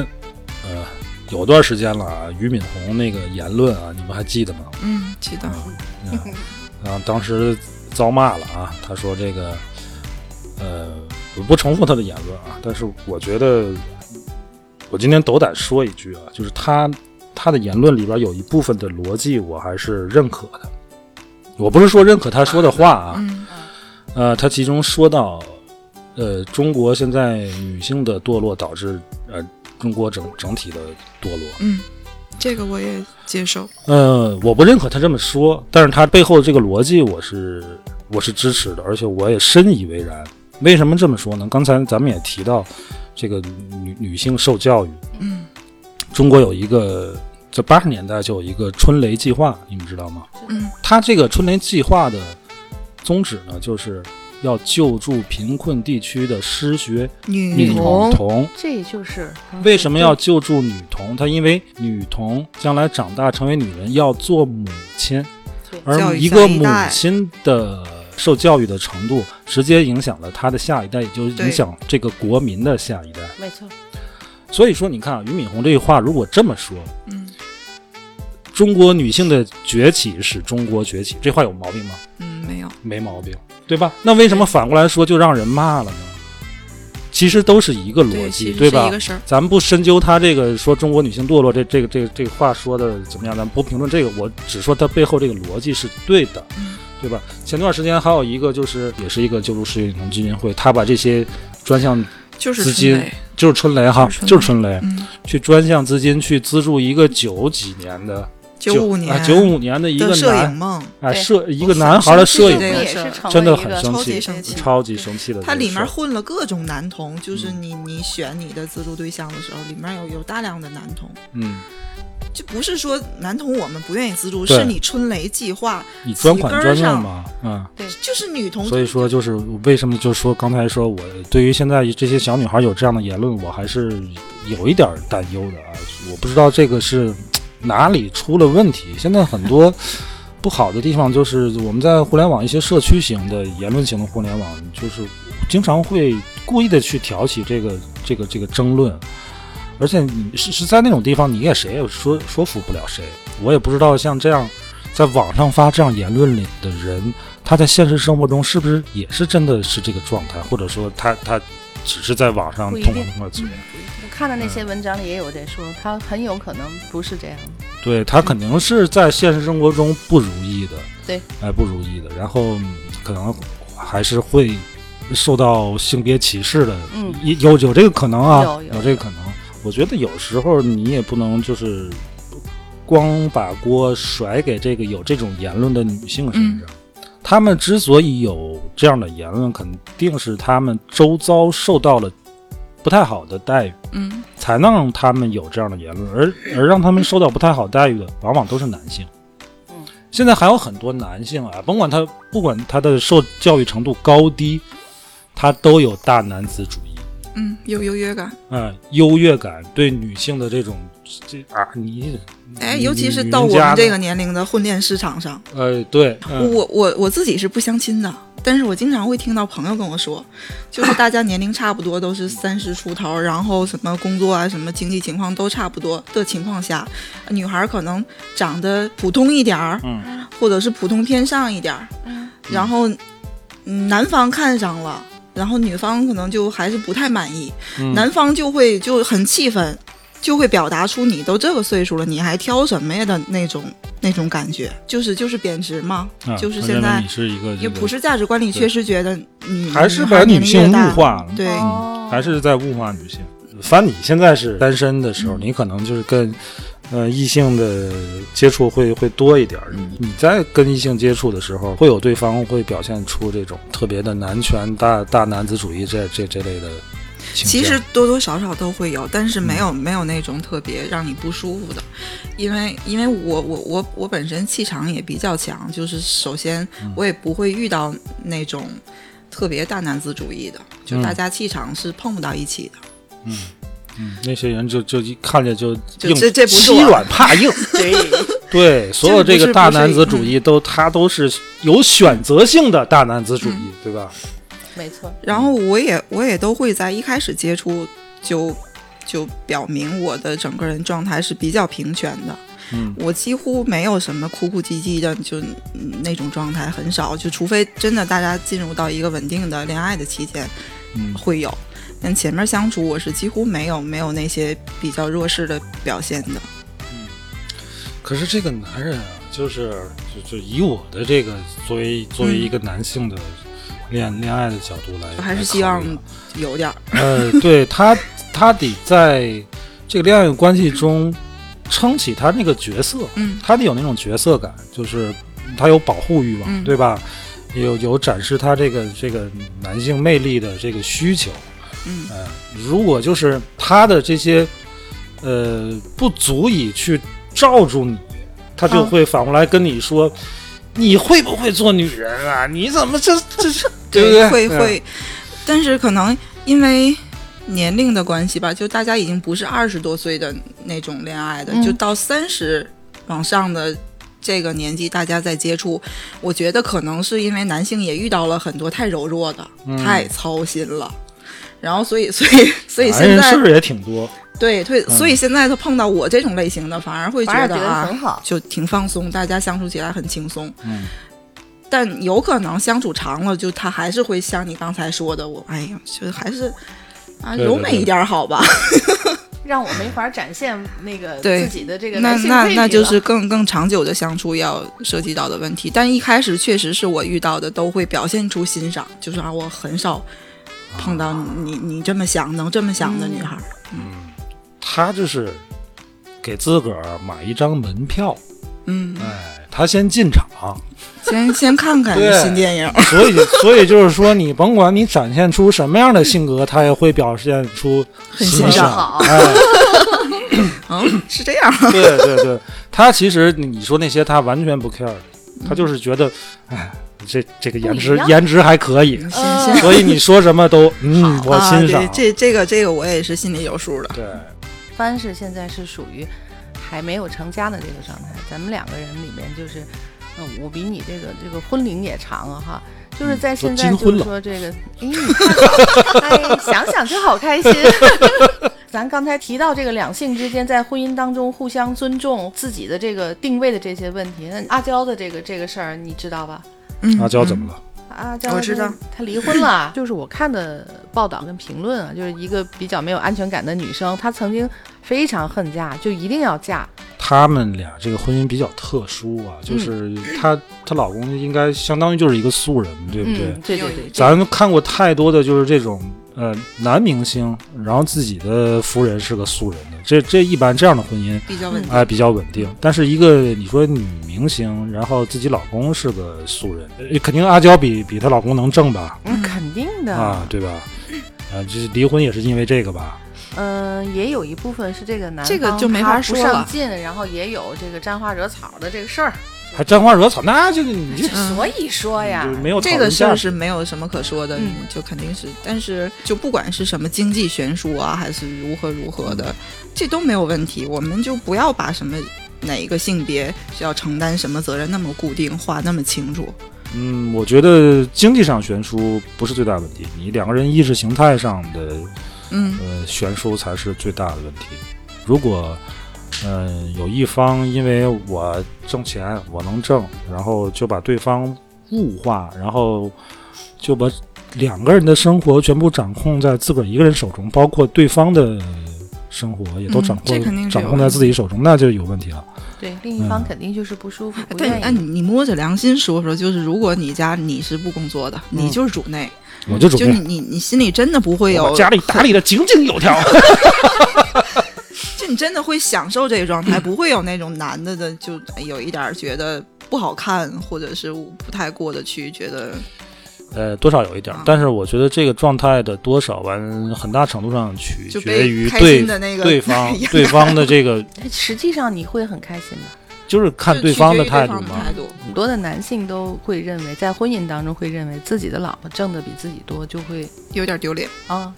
[SPEAKER 1] 呃有段时间了啊，俞敏洪那个言论啊，你们还记得吗？
[SPEAKER 2] 嗯，记得。
[SPEAKER 1] 嗯然后当时遭骂了啊，他说这个，呃，我不重复他的言论啊，但是我觉得，我今天斗胆说一句啊，就是他他的言论里边有一部分的逻辑我还是认可的，我不是说认可他说的话啊，
[SPEAKER 2] 嗯
[SPEAKER 1] 呃，他其中说到，呃，中国现在女性的堕落导致呃中国整整体的堕落，
[SPEAKER 2] 嗯，这个我也接受。
[SPEAKER 1] 呃，我不认可他这么说，但是他背后的这个逻辑，我是我是支持的，而且我也深以为然。为什么这么说呢？刚才咱们也提到，这个女女性受教育，
[SPEAKER 2] 嗯，
[SPEAKER 1] 中国有一个，在八十年代就有一个春雷计划，你们知道吗？
[SPEAKER 2] 嗯，
[SPEAKER 1] 它这个春雷计划的宗旨呢，就是要救助贫困地区的失学
[SPEAKER 2] 女
[SPEAKER 1] 女
[SPEAKER 3] 童
[SPEAKER 1] 童。
[SPEAKER 3] 这就是
[SPEAKER 1] 嗯为什么要救助女童？她因为女童将来长大成为女人，要做母亲
[SPEAKER 3] 对，
[SPEAKER 1] 而一个母亲的受教育的程度，直接影响了她的下一代，也就是影响这个国民的下一代。
[SPEAKER 3] 没错，
[SPEAKER 1] 所以说，你看啊，俞敏洪这句话如果这么说，
[SPEAKER 2] 嗯
[SPEAKER 1] 中国女性的崛起使中国崛起，这话有毛病吗？
[SPEAKER 2] 嗯，没有，
[SPEAKER 1] 没毛病，对吧？那为什么反过来说就让人骂了呢？其实都是一个逻辑，
[SPEAKER 2] 其
[SPEAKER 1] 对
[SPEAKER 2] 实是
[SPEAKER 1] 吧？
[SPEAKER 2] 一个事儿。
[SPEAKER 1] 咱们不深究他这个说中国女性堕落这这个这个这个话说的怎么样，咱们不评论这个，我只说它背后这个逻辑是对的，
[SPEAKER 2] 嗯
[SPEAKER 1] 对吧？前段时间还有一个就是也是一个救助失业女童基金会，他把这些专项
[SPEAKER 2] 就是
[SPEAKER 1] 资
[SPEAKER 2] 春
[SPEAKER 1] 金
[SPEAKER 2] 雷，
[SPEAKER 1] 就是春雷哈，
[SPEAKER 2] 就是春雷
[SPEAKER 1] 就是春雷
[SPEAKER 2] 嗯，
[SPEAKER 1] 去专项资金去资助一个九几年的
[SPEAKER 2] 九五年
[SPEAKER 1] 啊九五年的一个
[SPEAKER 2] 的摄影
[SPEAKER 1] 男
[SPEAKER 2] 梦，
[SPEAKER 1] 啊
[SPEAKER 3] 对
[SPEAKER 1] 摄一个男孩的摄影
[SPEAKER 2] 这
[SPEAKER 1] 梦，
[SPEAKER 2] 个
[SPEAKER 3] 政府也是成
[SPEAKER 1] 真
[SPEAKER 3] 了
[SPEAKER 1] 的
[SPEAKER 3] 一个
[SPEAKER 1] 很生
[SPEAKER 2] 超级
[SPEAKER 1] 气
[SPEAKER 2] 生气
[SPEAKER 1] 超级生气的这个事
[SPEAKER 2] 它
[SPEAKER 1] 儿，嗯
[SPEAKER 2] 里面混了各种男童，就是你你选你的资助对象的时候，里面有有大量的男童，
[SPEAKER 1] 嗯，
[SPEAKER 2] 就不是说男童我们不愿意资助，
[SPEAKER 1] 对
[SPEAKER 2] 是你春雷计划，
[SPEAKER 1] 以专款
[SPEAKER 2] 几
[SPEAKER 1] 专
[SPEAKER 2] 根儿
[SPEAKER 1] 用
[SPEAKER 2] 上
[SPEAKER 1] 嘛，嗯。
[SPEAKER 2] 就是女童，
[SPEAKER 1] 所以说，就是为什么就说刚才说我对于现在这些小女孩有这样的言论，我还是有一点儿担忧的啊。我不知道这个是哪里出了问题。现在很多不好的地方就是我们在互联网一些社区型的言论型的互联网，就是经常会故意的去挑起这个这个这个争论。而且你是是在那种地方，你也谁也说说服不了谁。我也不知道像这样在网上发这样言论里的人，他在现实生活中是不是也是真的是这个状态，或者说他他只是在网上
[SPEAKER 3] 不一
[SPEAKER 1] 通
[SPEAKER 3] 定嗯
[SPEAKER 1] 过通过嘴，
[SPEAKER 3] 我看的那些文章里也有在说，他很有可能不是这样的。
[SPEAKER 1] 对他肯定是在现实生活中不如意的，
[SPEAKER 3] 对，
[SPEAKER 1] 哎不如意的，然后嗯可能还是会受到性别歧视的，
[SPEAKER 3] 嗯，
[SPEAKER 1] 也有有这个可能啊，
[SPEAKER 3] 有有
[SPEAKER 1] 这个可能。我觉得有时候你也不能就是光把锅甩给这个有这种言论的女性身上。
[SPEAKER 3] 嗯
[SPEAKER 1] 她们之所以有这样的言论，肯定是她们周遭受到了不太好的待遇，
[SPEAKER 2] 嗯，
[SPEAKER 1] 才能让她们有这样的言论。而而让她们受到不太好待遇的，往往都是男性
[SPEAKER 3] 嗯。
[SPEAKER 1] 现在还有很多男性啊，甭管他不管他的受教育程度高低，他都有大男子主义。
[SPEAKER 2] 嗯，有优越感，
[SPEAKER 1] 嗯，优越感对女性的这种这啊，你
[SPEAKER 2] 哎，
[SPEAKER 1] 你
[SPEAKER 2] 尤其是
[SPEAKER 1] 你
[SPEAKER 2] 到
[SPEAKER 1] 人
[SPEAKER 2] 我
[SPEAKER 1] 家
[SPEAKER 2] 们这
[SPEAKER 1] 的
[SPEAKER 2] 个年龄的婚恋市场上，
[SPEAKER 1] 呃，对，嗯、
[SPEAKER 2] 我我我自己是不相亲的，但是我经常会听到朋友跟我说，就是大家年龄差不多，都是三十出头，然后什么工作啊、什么经济情况都差不多的情况下，女孩可能长得普通一点儿，
[SPEAKER 1] 嗯
[SPEAKER 2] 或者是普通偏上一点儿，
[SPEAKER 3] 嗯
[SPEAKER 2] 然后嗯男方看上了。然后女方可能就还是不太满意，
[SPEAKER 1] 嗯
[SPEAKER 2] 男方就会就很气愤，就会表达出你都这个岁数了，你还挑什么呀的那种那种感觉，就是就是贬值嘛，
[SPEAKER 1] 啊
[SPEAKER 2] 就是
[SPEAKER 1] 他
[SPEAKER 2] 现
[SPEAKER 1] 认为
[SPEAKER 2] 在
[SPEAKER 1] 你是一个这
[SPEAKER 2] 也
[SPEAKER 1] 个
[SPEAKER 2] 不是价值观里确实觉得女
[SPEAKER 1] 还是
[SPEAKER 2] 女
[SPEAKER 1] 把
[SPEAKER 2] 孩
[SPEAKER 1] 女
[SPEAKER 2] 年龄
[SPEAKER 1] 性
[SPEAKER 2] 越
[SPEAKER 1] 物
[SPEAKER 2] 大
[SPEAKER 1] 化了，
[SPEAKER 2] 对，
[SPEAKER 1] 嗯，还是在物化女性。反正你现在是单身的时
[SPEAKER 2] 嗯
[SPEAKER 1] 候，你可能就是跟呃异性的接触会会多一点儿。
[SPEAKER 2] 嗯
[SPEAKER 1] 你你在跟异性接触的时候，会有对方会表现出这种特别的男权、大大男子主义这这这类的倾向。
[SPEAKER 2] 其实多多少少都会有，但是
[SPEAKER 1] 嗯
[SPEAKER 2] 没有、没有那种特别让你不舒服的，因为因为我我我我本身气场也比较强，就是首先
[SPEAKER 1] 嗯
[SPEAKER 2] 我也不会遇到那种特别大男子主义的，就
[SPEAKER 1] 嗯
[SPEAKER 2] 大家气场是碰不到一起的。
[SPEAKER 1] 嗯那些人就就一看见就
[SPEAKER 2] 就
[SPEAKER 1] 硬，
[SPEAKER 2] 这这不是
[SPEAKER 1] 欺
[SPEAKER 2] 我
[SPEAKER 1] 软怕 硬。
[SPEAKER 3] 对，
[SPEAKER 1] 对，所有这个大男
[SPEAKER 2] 嗯
[SPEAKER 1] 子主义都，他都是有选择性的大男子主义，
[SPEAKER 2] 嗯
[SPEAKER 1] 对吧？
[SPEAKER 3] 没错，
[SPEAKER 2] 然后我也我也都会在一开始接触就就表明我的整个人状态是比较平权的，
[SPEAKER 1] 嗯
[SPEAKER 2] 我几乎没有什么哭哭唧唧的，就嗯那种状态很少，就除非真的大家进入到一个稳定的恋爱的期间
[SPEAKER 1] 嗯
[SPEAKER 2] 会有。但前面相处，我是几乎没有没有那些比较弱势的表现的。
[SPEAKER 1] 可是这个男人啊，就是就就以我的这个作为作为一个男性的恋恋爱的角度来，
[SPEAKER 2] 我还是
[SPEAKER 1] 来
[SPEAKER 2] 希
[SPEAKER 1] 考
[SPEAKER 2] 望
[SPEAKER 1] 虑啊
[SPEAKER 2] 有点儿，
[SPEAKER 1] 呃，对他，他得在这个恋爱关系中撑起他那个角色，
[SPEAKER 2] 嗯
[SPEAKER 1] 他得有那种角色感，就是他有保护欲望，
[SPEAKER 2] 嗯
[SPEAKER 1] 对吧？有有展示他这个这个男性魅力的这个需求，
[SPEAKER 2] 嗯
[SPEAKER 1] 呃，如果就是他的这些呃不足以去罩住你，他就
[SPEAKER 2] 啊
[SPEAKER 1] 会反过来跟你说。你会不会做女人啊？你怎么这这这对不对？
[SPEAKER 2] 会
[SPEAKER 1] 嗯
[SPEAKER 2] 会，但是可能因为年龄的关系吧，就大家已经不是二十多岁的那种恋爱的，
[SPEAKER 3] 嗯
[SPEAKER 2] 就到三十往上的。这个年纪大家在接触，我觉得可能是因为男性也遇到了很多太柔弱的、
[SPEAKER 1] 嗯
[SPEAKER 2] 太操心了，然后所以所以所以
[SPEAKER 1] 男
[SPEAKER 2] 现
[SPEAKER 1] 人事
[SPEAKER 2] 在
[SPEAKER 1] 儿也挺多，
[SPEAKER 2] 对对，
[SPEAKER 1] 嗯
[SPEAKER 2] 所以现在他碰到我这种类型的，反而会
[SPEAKER 3] 反而
[SPEAKER 2] 觉
[SPEAKER 3] 觉
[SPEAKER 2] 得
[SPEAKER 3] 得
[SPEAKER 2] 啊，
[SPEAKER 3] 很好。
[SPEAKER 2] 就挺放松，大家相处起来很轻松。
[SPEAKER 1] 嗯，
[SPEAKER 2] 但有可能相处长了，就他还是会像你刚才说的，我哎呀，就还是啊
[SPEAKER 1] 对对
[SPEAKER 2] 柔美一点儿好吧？
[SPEAKER 3] 让我没法展现那个
[SPEAKER 2] 对
[SPEAKER 3] 自己的这个
[SPEAKER 2] 那
[SPEAKER 3] 男性啊
[SPEAKER 2] 那
[SPEAKER 3] 魅力
[SPEAKER 2] 那就
[SPEAKER 3] 了
[SPEAKER 2] 是更更长久的相处要涉及到的问题。但一开始确实是我遇到的都会表现出欣赏，就是啊，我很少碰到
[SPEAKER 1] 啊
[SPEAKER 2] 你你这么想能这么想的女孩儿。
[SPEAKER 1] 他就是给自个儿买一张门票，
[SPEAKER 2] 嗯，
[SPEAKER 1] 哎，他先进场，
[SPEAKER 2] 先先看看
[SPEAKER 1] 对
[SPEAKER 2] 新 电影。
[SPEAKER 1] 所以所以就是说，你甭管你展现出什么样的性格，他也会表现出
[SPEAKER 2] 很
[SPEAKER 1] 欣
[SPEAKER 2] 欣
[SPEAKER 1] 赏
[SPEAKER 3] 赏。
[SPEAKER 1] 哎，
[SPEAKER 2] 嗯，是这样。
[SPEAKER 1] 对对对，他其实你你说那些他完全不 care，他就是觉得，哎，这这个颜
[SPEAKER 3] 嗯不
[SPEAKER 1] 值
[SPEAKER 3] 一样
[SPEAKER 1] 颜值还可 以，
[SPEAKER 2] 先
[SPEAKER 3] 呃
[SPEAKER 2] 先
[SPEAKER 1] 所以你说什么都嗯，我
[SPEAKER 2] 嗯啊，
[SPEAKER 1] 欣
[SPEAKER 2] 对
[SPEAKER 1] 赏。
[SPEAKER 2] 这这个这个我也是心里有数的。
[SPEAKER 1] 对，
[SPEAKER 3] 嗯帆是现在是属于还没有成家的这个状态，咱们两个人里面就是，呃，我比你这个这个婚龄也长啊哈，就是在现在
[SPEAKER 1] 都嗯金
[SPEAKER 3] 就
[SPEAKER 1] 婚
[SPEAKER 3] 是
[SPEAKER 1] 了
[SPEAKER 3] 说 这个，哎，你看哎，想想就好开心。 咱刚才提到这个两性之间在婚姻当中互相尊重自己的这个定位的这些问题，那阿娇的这个这个事儿你知道吧？
[SPEAKER 2] 嗯，
[SPEAKER 1] 阿娇怎
[SPEAKER 2] 嗯
[SPEAKER 1] 么了？
[SPEAKER 3] 啊，叫
[SPEAKER 2] 我
[SPEAKER 3] 他
[SPEAKER 2] 知道
[SPEAKER 3] 他离婚了。 就是我看的报道跟评论啊，就是一个比较没有安全感的女生，她曾经非常恨嫁，就一定要嫁。
[SPEAKER 1] 他们俩这个婚姻比较特殊
[SPEAKER 3] 嗯
[SPEAKER 1] 啊，就是她她老公应该相当于就是一个素人，对不对？
[SPEAKER 3] 嗯，对对对，
[SPEAKER 1] 咱们看过太多的就是这种呃男明星，然后自己的夫人是个素人的，这这一般这样的婚姻
[SPEAKER 2] 嗯比较稳定？
[SPEAKER 1] 哎比较稳定。但是一个你说女明星，然后自己老公是个素人，呃肯定阿娇比比她老公能挣吧？
[SPEAKER 3] 那肯定的。
[SPEAKER 1] 啊，对吧？啊，这离婚也是因为这个吧？
[SPEAKER 3] 嗯，也有一部分是这个男
[SPEAKER 2] 这个
[SPEAKER 3] 方
[SPEAKER 2] 就没
[SPEAKER 3] 他
[SPEAKER 2] 法
[SPEAKER 3] 不
[SPEAKER 2] 说
[SPEAKER 3] 上
[SPEAKER 2] 了
[SPEAKER 3] 进，然后也有这个沾花惹草的这个事儿。
[SPEAKER 1] 还沾花惹草，那这个你这
[SPEAKER 2] 嗯
[SPEAKER 3] 所以说呀
[SPEAKER 1] 就，没有
[SPEAKER 2] 这
[SPEAKER 1] 讨
[SPEAKER 2] 个
[SPEAKER 1] 论
[SPEAKER 2] 事
[SPEAKER 1] 价
[SPEAKER 2] 儿
[SPEAKER 1] 值
[SPEAKER 2] 是没有什么可说的，
[SPEAKER 3] 嗯
[SPEAKER 2] 就肯定是。但是就不管是什么经济悬殊啊，还是如何如何的，
[SPEAKER 1] 嗯
[SPEAKER 2] 这都没有问题。我们就不要把什么哪一个性别需要承担什么责任那么固定化那么清楚。
[SPEAKER 1] 嗯，我觉得经济上悬殊不是最大问题，你两个人意识形态上的
[SPEAKER 2] 嗯，
[SPEAKER 1] 呃，悬殊才是最大的问题。如果，嗯、有一方因为我挣钱，我能挣，然后就把对方物化，然后就把两个人的生活全部掌控在自个儿一个人手中，包括对方的生活也都
[SPEAKER 2] 嗯
[SPEAKER 1] 掌控、
[SPEAKER 2] 这肯定是
[SPEAKER 1] 掌
[SPEAKER 2] 有
[SPEAKER 1] 控在
[SPEAKER 2] 问题
[SPEAKER 1] 自己手中，那就有问题了。
[SPEAKER 3] 对另一方
[SPEAKER 1] 嗯
[SPEAKER 3] 肯定就是不舒服，不
[SPEAKER 2] 但哎那
[SPEAKER 3] 愿意。
[SPEAKER 2] 你你摸着良心说说，就是如果你家你是不工作的，
[SPEAKER 1] 嗯
[SPEAKER 2] 你就是主内，
[SPEAKER 1] 我就准
[SPEAKER 2] 就
[SPEAKER 1] 备
[SPEAKER 2] 你你你心里真的不会
[SPEAKER 1] 我
[SPEAKER 2] 有
[SPEAKER 1] 把家里打理的井井有 条。
[SPEAKER 2] 就你真的会享受这个状
[SPEAKER 1] 嗯
[SPEAKER 2] 态，不会有那种男的的就有一点儿觉得不好看，或者是不太过得去，觉得
[SPEAKER 1] 呃，多少有一点儿
[SPEAKER 2] 啊，
[SPEAKER 1] 但是我觉得这个状态的多少完，很大程度上取
[SPEAKER 2] 就
[SPEAKER 1] 决于
[SPEAKER 2] 被开
[SPEAKER 1] 对
[SPEAKER 2] 心的那个
[SPEAKER 1] 对方
[SPEAKER 2] 养
[SPEAKER 1] 对方的这个，
[SPEAKER 3] 但实际上你会很开心的。
[SPEAKER 1] 就是看
[SPEAKER 2] 就取
[SPEAKER 1] 方
[SPEAKER 2] 决
[SPEAKER 1] 的
[SPEAKER 2] 于
[SPEAKER 1] 态
[SPEAKER 2] 对
[SPEAKER 1] 度
[SPEAKER 2] 方的
[SPEAKER 1] 嘛
[SPEAKER 2] 态。度。
[SPEAKER 3] 很多的男性都会认为，在婚姻当中会认为自己的老婆挣的比自己多，就会
[SPEAKER 2] 有点丢脸。
[SPEAKER 3] 啊，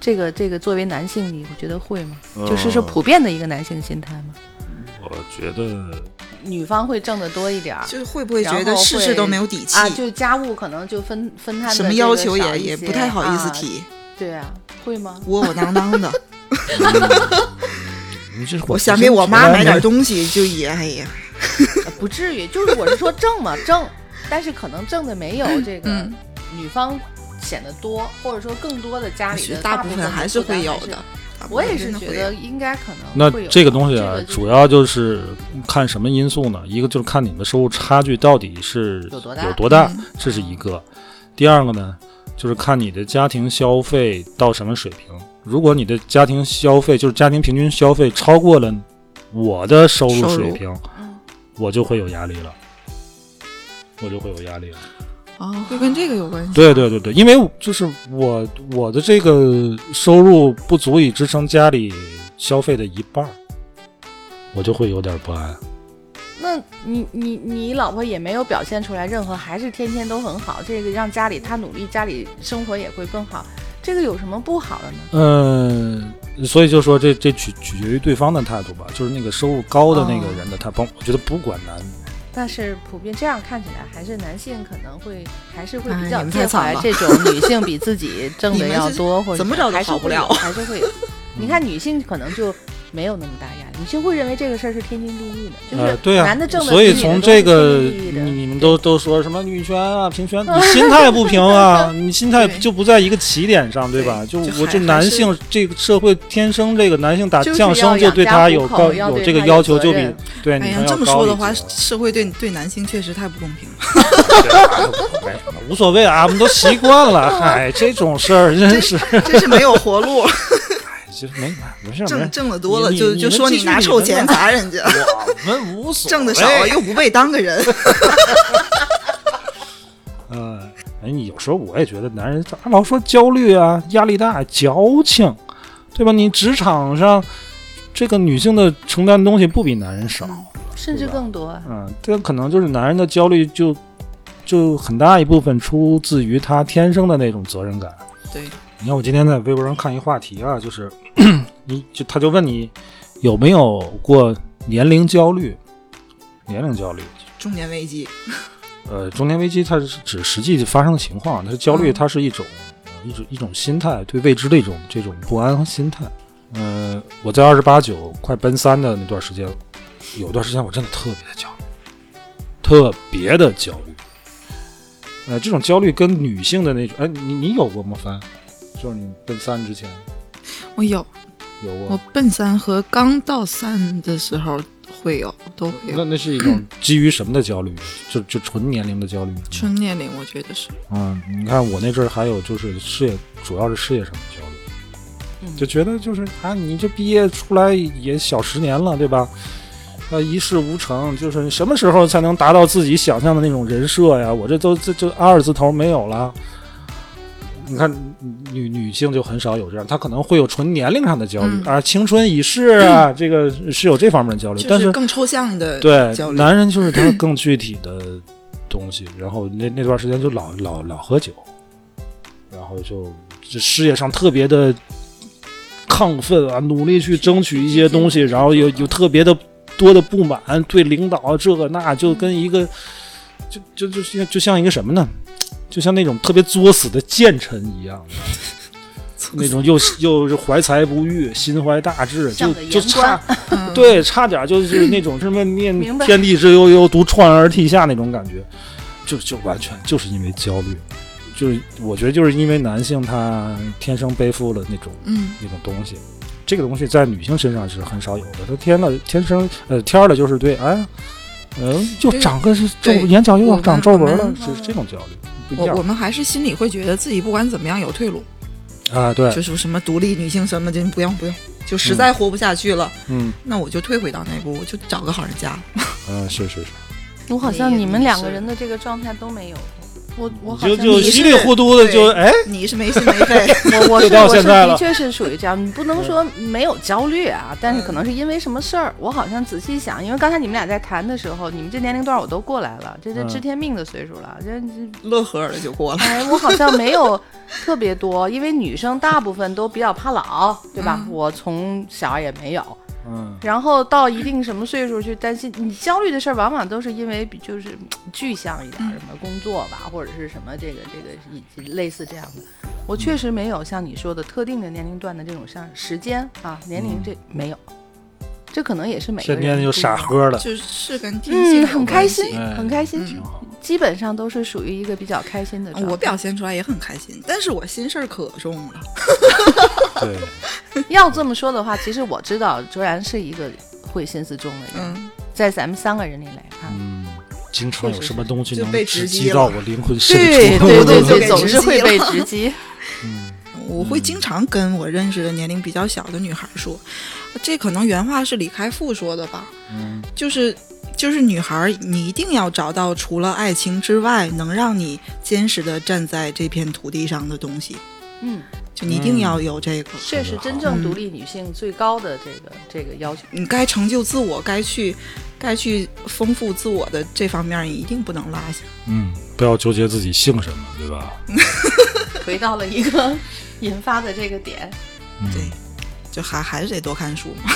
[SPEAKER 3] 这个这个，作为男性，你觉得会吗？
[SPEAKER 2] 嗯
[SPEAKER 1] 呃
[SPEAKER 3] 就是是普遍的一个男性心态吗？
[SPEAKER 1] 嗯我觉得
[SPEAKER 3] 女方会挣得多一点儿
[SPEAKER 2] 就是会不会觉
[SPEAKER 3] 然
[SPEAKER 2] 得
[SPEAKER 3] 后
[SPEAKER 2] 事事
[SPEAKER 3] 会
[SPEAKER 2] 都没有底气，
[SPEAKER 3] 啊，就家务可能就分分摊的
[SPEAKER 2] 什么
[SPEAKER 3] 这
[SPEAKER 2] 要
[SPEAKER 3] 个
[SPEAKER 2] 求
[SPEAKER 3] 少
[SPEAKER 2] 也
[SPEAKER 3] 一
[SPEAKER 2] 也
[SPEAKER 3] 些
[SPEAKER 2] 不太好意思
[SPEAKER 3] 啊
[SPEAKER 2] 提，
[SPEAKER 3] 对啊，会吗？
[SPEAKER 2] 窝窝囊囊的。
[SPEAKER 1] 你这
[SPEAKER 2] 我想给我妈买点
[SPEAKER 1] 西。
[SPEAKER 2] 东西，就也哎呀，
[SPEAKER 3] 呃不至于，就是我是说挣嘛挣，但是可能挣的没有这个
[SPEAKER 2] 嗯
[SPEAKER 3] 女方显得多，或者说更多的家里的
[SPEAKER 2] 大
[SPEAKER 3] 部
[SPEAKER 2] 部
[SPEAKER 3] 分
[SPEAKER 2] 分
[SPEAKER 3] 的
[SPEAKER 2] 还
[SPEAKER 3] 负
[SPEAKER 2] 是
[SPEAKER 3] 担
[SPEAKER 2] 会有的。。大部
[SPEAKER 3] 我
[SPEAKER 2] 分
[SPEAKER 3] 也
[SPEAKER 2] 真
[SPEAKER 3] 是
[SPEAKER 2] 的
[SPEAKER 3] 觉
[SPEAKER 2] 会有
[SPEAKER 3] 得应该可能
[SPEAKER 1] 那
[SPEAKER 3] 会有
[SPEAKER 1] 这个东西啊
[SPEAKER 3] 这，就是
[SPEAKER 1] 主要就是看什么因素呢？一个就是看你们的收入差距到底是
[SPEAKER 3] 有多大
[SPEAKER 1] 有多大
[SPEAKER 2] 嗯
[SPEAKER 1] 这是一个。第二个呢，就是看你的家庭消费到什么水平。如果你的家庭消费就是家庭平均消费超过了我的收入
[SPEAKER 2] 收入
[SPEAKER 1] 水平，
[SPEAKER 3] 嗯
[SPEAKER 1] 我就会有压力了，我就会有压力了。
[SPEAKER 2] 哦，就跟这个有关系。
[SPEAKER 1] 对对对对，因为就是我我的这个收入不足以支撑家里消费的一半儿，我就会有点不安。
[SPEAKER 3] 那你你你老婆也没有表现出来任何，还是天天都很好，这个让家里她努力，家里生活也会更好，这个有什么不好的呢？
[SPEAKER 1] 嗯，所以就说这这取取决于对方的态度吧，就是那个收入高的那个人的他帮，我觉得不管男女，
[SPEAKER 3] 但是普遍这样看起来，还是男性可能会还是会
[SPEAKER 2] 哎
[SPEAKER 3] 比较
[SPEAKER 2] 你们
[SPEAKER 3] 介
[SPEAKER 2] 太惨
[SPEAKER 3] 怀
[SPEAKER 2] 了
[SPEAKER 3] 这种女性比自己挣的
[SPEAKER 2] 你们
[SPEAKER 3] 要
[SPEAKER 2] 是
[SPEAKER 3] 多，或者
[SPEAKER 2] 怎么着都
[SPEAKER 3] 还是
[SPEAKER 2] 好不
[SPEAKER 3] 会有
[SPEAKER 2] 了
[SPEAKER 3] 还是会有。你看女性可能就没有那么大压力，女性会认为这个事儿是天经地义的，就
[SPEAKER 1] 呃，
[SPEAKER 3] 是
[SPEAKER 1] 对啊
[SPEAKER 3] 男的挣，的
[SPEAKER 1] 所以
[SPEAKER 3] 比女的
[SPEAKER 1] 从
[SPEAKER 3] 多是
[SPEAKER 1] 这个
[SPEAKER 3] 天经地义的
[SPEAKER 1] 你你们都都说什么女权啊、平 权，你心态不平啊，你心态
[SPEAKER 2] 对
[SPEAKER 1] 就不在一个起点上，对吧？
[SPEAKER 2] 对
[SPEAKER 1] 就
[SPEAKER 2] 就
[SPEAKER 1] 我
[SPEAKER 2] 还
[SPEAKER 1] 就
[SPEAKER 2] 还
[SPEAKER 1] 男
[SPEAKER 2] 是
[SPEAKER 1] 性这个社会天生这个男性打
[SPEAKER 3] 就是
[SPEAKER 1] 降
[SPEAKER 3] 要
[SPEAKER 1] 生就
[SPEAKER 3] 养
[SPEAKER 1] 对
[SPEAKER 3] 家
[SPEAKER 1] 他
[SPEAKER 3] 糊
[SPEAKER 1] 有
[SPEAKER 3] 口
[SPEAKER 1] 高
[SPEAKER 3] 要
[SPEAKER 1] 有
[SPEAKER 3] 对
[SPEAKER 1] 这个
[SPEAKER 3] 他
[SPEAKER 1] 要
[SPEAKER 3] 有
[SPEAKER 1] 求
[SPEAKER 3] 责
[SPEAKER 1] 就比
[SPEAKER 3] 任
[SPEAKER 1] 对
[SPEAKER 2] 哎
[SPEAKER 1] 女
[SPEAKER 2] 呀
[SPEAKER 1] 生，要
[SPEAKER 2] 这么
[SPEAKER 1] 高
[SPEAKER 2] 说的
[SPEAKER 1] 一
[SPEAKER 2] 话，
[SPEAKER 1] 截
[SPEAKER 2] 社会对对男性确实太不公平了。
[SPEAKER 1] 没有无所谓啊，我们都习惯了。嗨，这种事儿真是，
[SPEAKER 2] 真是没有活路，
[SPEAKER 1] 哎，其实没没事儿没事
[SPEAKER 2] 挣
[SPEAKER 1] 儿。
[SPEAKER 2] 挣的多了
[SPEAKER 1] 你
[SPEAKER 2] 就
[SPEAKER 1] 你
[SPEAKER 2] 就
[SPEAKER 1] 们
[SPEAKER 2] 说
[SPEAKER 1] 继
[SPEAKER 2] 你
[SPEAKER 1] 续
[SPEAKER 2] 拿
[SPEAKER 1] 你
[SPEAKER 2] 臭
[SPEAKER 1] 们
[SPEAKER 2] 钱
[SPEAKER 1] 吧
[SPEAKER 2] 砸人家，
[SPEAKER 1] 我们无所谓，
[SPEAKER 2] 挣的少了又不被当个人。
[SPEAKER 1] 呃，哎，你有时候我也觉得男人咋老说焦虑啊、压力大、矫情，对吧？你职场上这个女性的承担东西不比男人少，
[SPEAKER 3] 甚至更多啊。
[SPEAKER 1] 嗯，这可能就是男人的焦虑就就很大一部分出自于他天生的那种责任感。
[SPEAKER 2] 对，
[SPEAKER 1] 你看我今天在微博上看一话题啊，就是 你就他就问你有没有过年龄焦虑，年龄焦虑。
[SPEAKER 2] 中年危机，
[SPEAKER 1] 呃，中年危机它是指实际发生的情况，它是焦虑，
[SPEAKER 2] 嗯
[SPEAKER 1] 它是一种、呃一种一种心态，对未知的一种这种不安和心态。嗯，我在二十八九快奔三的那段时间，有段时间我真的特别的焦虑，特别的焦虑。呃，这种焦虑跟女性的那种，哎，你你有过吗？帆，就是你奔三之前
[SPEAKER 2] 我哦有，
[SPEAKER 1] 有
[SPEAKER 2] 我
[SPEAKER 1] 过，
[SPEAKER 2] 奔三和刚到三的时候会有，都会
[SPEAKER 1] 那
[SPEAKER 2] 有。
[SPEAKER 1] 那是一种基于什么的焦虑？就就纯年龄的焦虑吗。
[SPEAKER 2] 纯年龄，我觉得是，
[SPEAKER 1] 嗯，你看我那阵儿还有就是事业，主要是事业上的焦虑，
[SPEAKER 3] 嗯
[SPEAKER 1] 就觉得就是啊，你这毕业出来也小十年了，对吧？呃，一事无成，就是什么时候才能达到自己想象的那种人设呀？我这都这这二字头没有了。你看，女女性就很少有这样，她可能会有纯年龄上的焦虑、
[SPEAKER 2] 嗯
[SPEAKER 1] 啊，青春已逝 啊，这个是有这方面的焦虑，但
[SPEAKER 2] 就是更抽象
[SPEAKER 3] 呃
[SPEAKER 2] 的
[SPEAKER 1] 对，
[SPEAKER 2] 焦虑。
[SPEAKER 1] 男人就是他更具体的东西。然后那那段时间就老老老喝酒，然后就这事业上特别的亢奋啊，努力去争取一些东
[SPEAKER 3] 嗯
[SPEAKER 1] 西，然后有有特别的多的不满，对领导啊这个那，就跟一个就就就像就像一个什么呢？就像那种特别作死的奸臣一样，那种 又又是怀才不遇、心怀大志，就
[SPEAKER 3] 像个
[SPEAKER 1] 就
[SPEAKER 3] 言
[SPEAKER 1] 差
[SPEAKER 3] 官
[SPEAKER 2] 嗯，
[SPEAKER 1] 对，差点就是那种什么面
[SPEAKER 3] 明白
[SPEAKER 1] 天地之悠悠，独怆然而涕下那种感觉，就就完全就是因为焦虑，就是我觉得就是因为男性他天生背负了那种
[SPEAKER 2] 嗯，
[SPEAKER 1] 那种东西，这个东西在女性身上是很少有的，她天了天生呃天儿了就是对，哎，嗯、就
[SPEAKER 2] 对
[SPEAKER 1] 长个是皱
[SPEAKER 2] 对
[SPEAKER 1] 眼角又
[SPEAKER 2] 我
[SPEAKER 1] 要
[SPEAKER 2] 们
[SPEAKER 1] 长皱
[SPEAKER 2] 我
[SPEAKER 1] 纹
[SPEAKER 2] 们
[SPEAKER 1] 了，就是这种焦虑，不一
[SPEAKER 2] 我
[SPEAKER 1] 样
[SPEAKER 2] 我们还是心里会觉得自己不管怎么样有退路，
[SPEAKER 1] 啊，对，
[SPEAKER 2] 就是什么独立女性什么的，不用不用，就实在活不下去了，
[SPEAKER 1] 嗯
[SPEAKER 2] 那我就退回到那步，我就找个好人 家。
[SPEAKER 1] 嗯、是是是，
[SPEAKER 3] 我好像
[SPEAKER 2] 你
[SPEAKER 3] 你们
[SPEAKER 2] 你
[SPEAKER 3] 两个
[SPEAKER 2] 是
[SPEAKER 3] 人的这个状态都没有过，我我好
[SPEAKER 1] 就
[SPEAKER 3] 像
[SPEAKER 1] 就
[SPEAKER 2] 你
[SPEAKER 3] 我
[SPEAKER 1] 稀
[SPEAKER 2] 是
[SPEAKER 1] 里糊涂的就
[SPEAKER 2] 对
[SPEAKER 1] 哎，
[SPEAKER 2] 你是没心没肺，
[SPEAKER 3] 我
[SPEAKER 1] 就是到
[SPEAKER 3] 我
[SPEAKER 1] 现
[SPEAKER 3] 是
[SPEAKER 1] 在了
[SPEAKER 3] 的确是属于这样，你不能说没有焦虑啊，但
[SPEAKER 1] 嗯
[SPEAKER 3] 是可能是因为什么事儿，我好像仔细想，因为刚才你们俩在谈的时候，你们这年龄段我都过来了，这这
[SPEAKER 1] 嗯
[SPEAKER 3] 知天命的岁数了，这 这
[SPEAKER 2] 乐呵儿的就过了。
[SPEAKER 3] 哎，我好像没有特别多，因为女生大部分都比较怕老，对吧？
[SPEAKER 2] 嗯
[SPEAKER 3] 我从小也没有，
[SPEAKER 1] 嗯
[SPEAKER 3] 然后到一定什么岁数去担心，你焦虑的事儿往往都是因为比就是嗯具象一点儿，什么工作吧，或者是什么这个这个类似这样的。我确实没有像你说的特定的年龄段的这种像时间啊年龄这没有，这可能也是每个
[SPEAKER 1] 天
[SPEAKER 3] 人
[SPEAKER 1] 天就
[SPEAKER 3] 不一
[SPEAKER 1] 傻
[SPEAKER 3] 样。
[SPEAKER 1] 喝了，
[SPEAKER 2] 就是跟天蝎有关
[SPEAKER 3] 嗯，
[SPEAKER 2] 系、
[SPEAKER 3] 很开心，
[SPEAKER 1] 哎
[SPEAKER 3] 很开心，
[SPEAKER 1] 挺好。
[SPEAKER 3] 基本上都是属于一个比较开心的状态。
[SPEAKER 2] 我表现出来也很开心，但是我心事儿可重了。
[SPEAKER 1] 对，
[SPEAKER 3] 要这么说的话，其实我知道卓然是一个会心思重的人，
[SPEAKER 2] 嗯，
[SPEAKER 3] 在咱们三个人里来看，
[SPEAKER 1] 嗯，经常有什么东西
[SPEAKER 2] 就
[SPEAKER 1] 能
[SPEAKER 2] 被
[SPEAKER 1] 直
[SPEAKER 2] 直击
[SPEAKER 1] 击
[SPEAKER 2] 了
[SPEAKER 1] 到我灵魂深
[SPEAKER 3] 对
[SPEAKER 1] 处。
[SPEAKER 3] 对对
[SPEAKER 2] 就
[SPEAKER 3] 对，
[SPEAKER 2] 被
[SPEAKER 3] 总
[SPEAKER 2] 直
[SPEAKER 3] 是会
[SPEAKER 2] 击
[SPEAKER 3] 被
[SPEAKER 2] 了
[SPEAKER 3] 直击。
[SPEAKER 1] 嗯，
[SPEAKER 2] 我会经常跟我认识的年龄比较小的女孩说，这可能原话是李开复说的吧，
[SPEAKER 1] 嗯
[SPEAKER 2] 就是就是女孩，你一定要找到除了爱情之外能让你坚实的站在这片土地上的东西，
[SPEAKER 3] 嗯，
[SPEAKER 2] 就你一定要有这个。
[SPEAKER 3] 这是真正独立女性最高的这个这个要求。
[SPEAKER 2] 你该成就自我，该去，该去丰富自我的这方面，你一定不能落下。
[SPEAKER 1] 嗯，不要纠结自己姓什么，对吧？
[SPEAKER 3] 回到了一个 引发的这个点，
[SPEAKER 1] 嗯，
[SPEAKER 2] 对，就还还是得多看书嘛，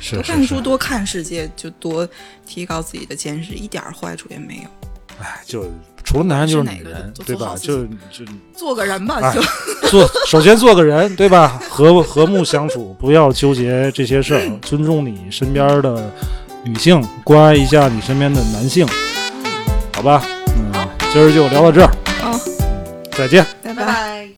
[SPEAKER 1] 是是
[SPEAKER 2] 多看
[SPEAKER 1] 是
[SPEAKER 2] 书，多看世界，就多提高自己的见识，一点儿坏处也没有。
[SPEAKER 1] 哎，就除了男人就是
[SPEAKER 2] 是哪
[SPEAKER 1] 女
[SPEAKER 2] 个
[SPEAKER 1] 人，
[SPEAKER 2] 都
[SPEAKER 1] 对
[SPEAKER 2] 做
[SPEAKER 1] 吧？
[SPEAKER 2] 好自
[SPEAKER 1] 就就
[SPEAKER 2] 做个人吧，
[SPEAKER 1] 哎
[SPEAKER 2] 就、
[SPEAKER 1] 做，首先做个人，对吧？和和睦相处，不要纠结这些事儿，尊重你身边的女性，关爱一下你身边的男性，好吧？嗯，今儿就聊到这儿，
[SPEAKER 2] 哦。
[SPEAKER 1] 再见。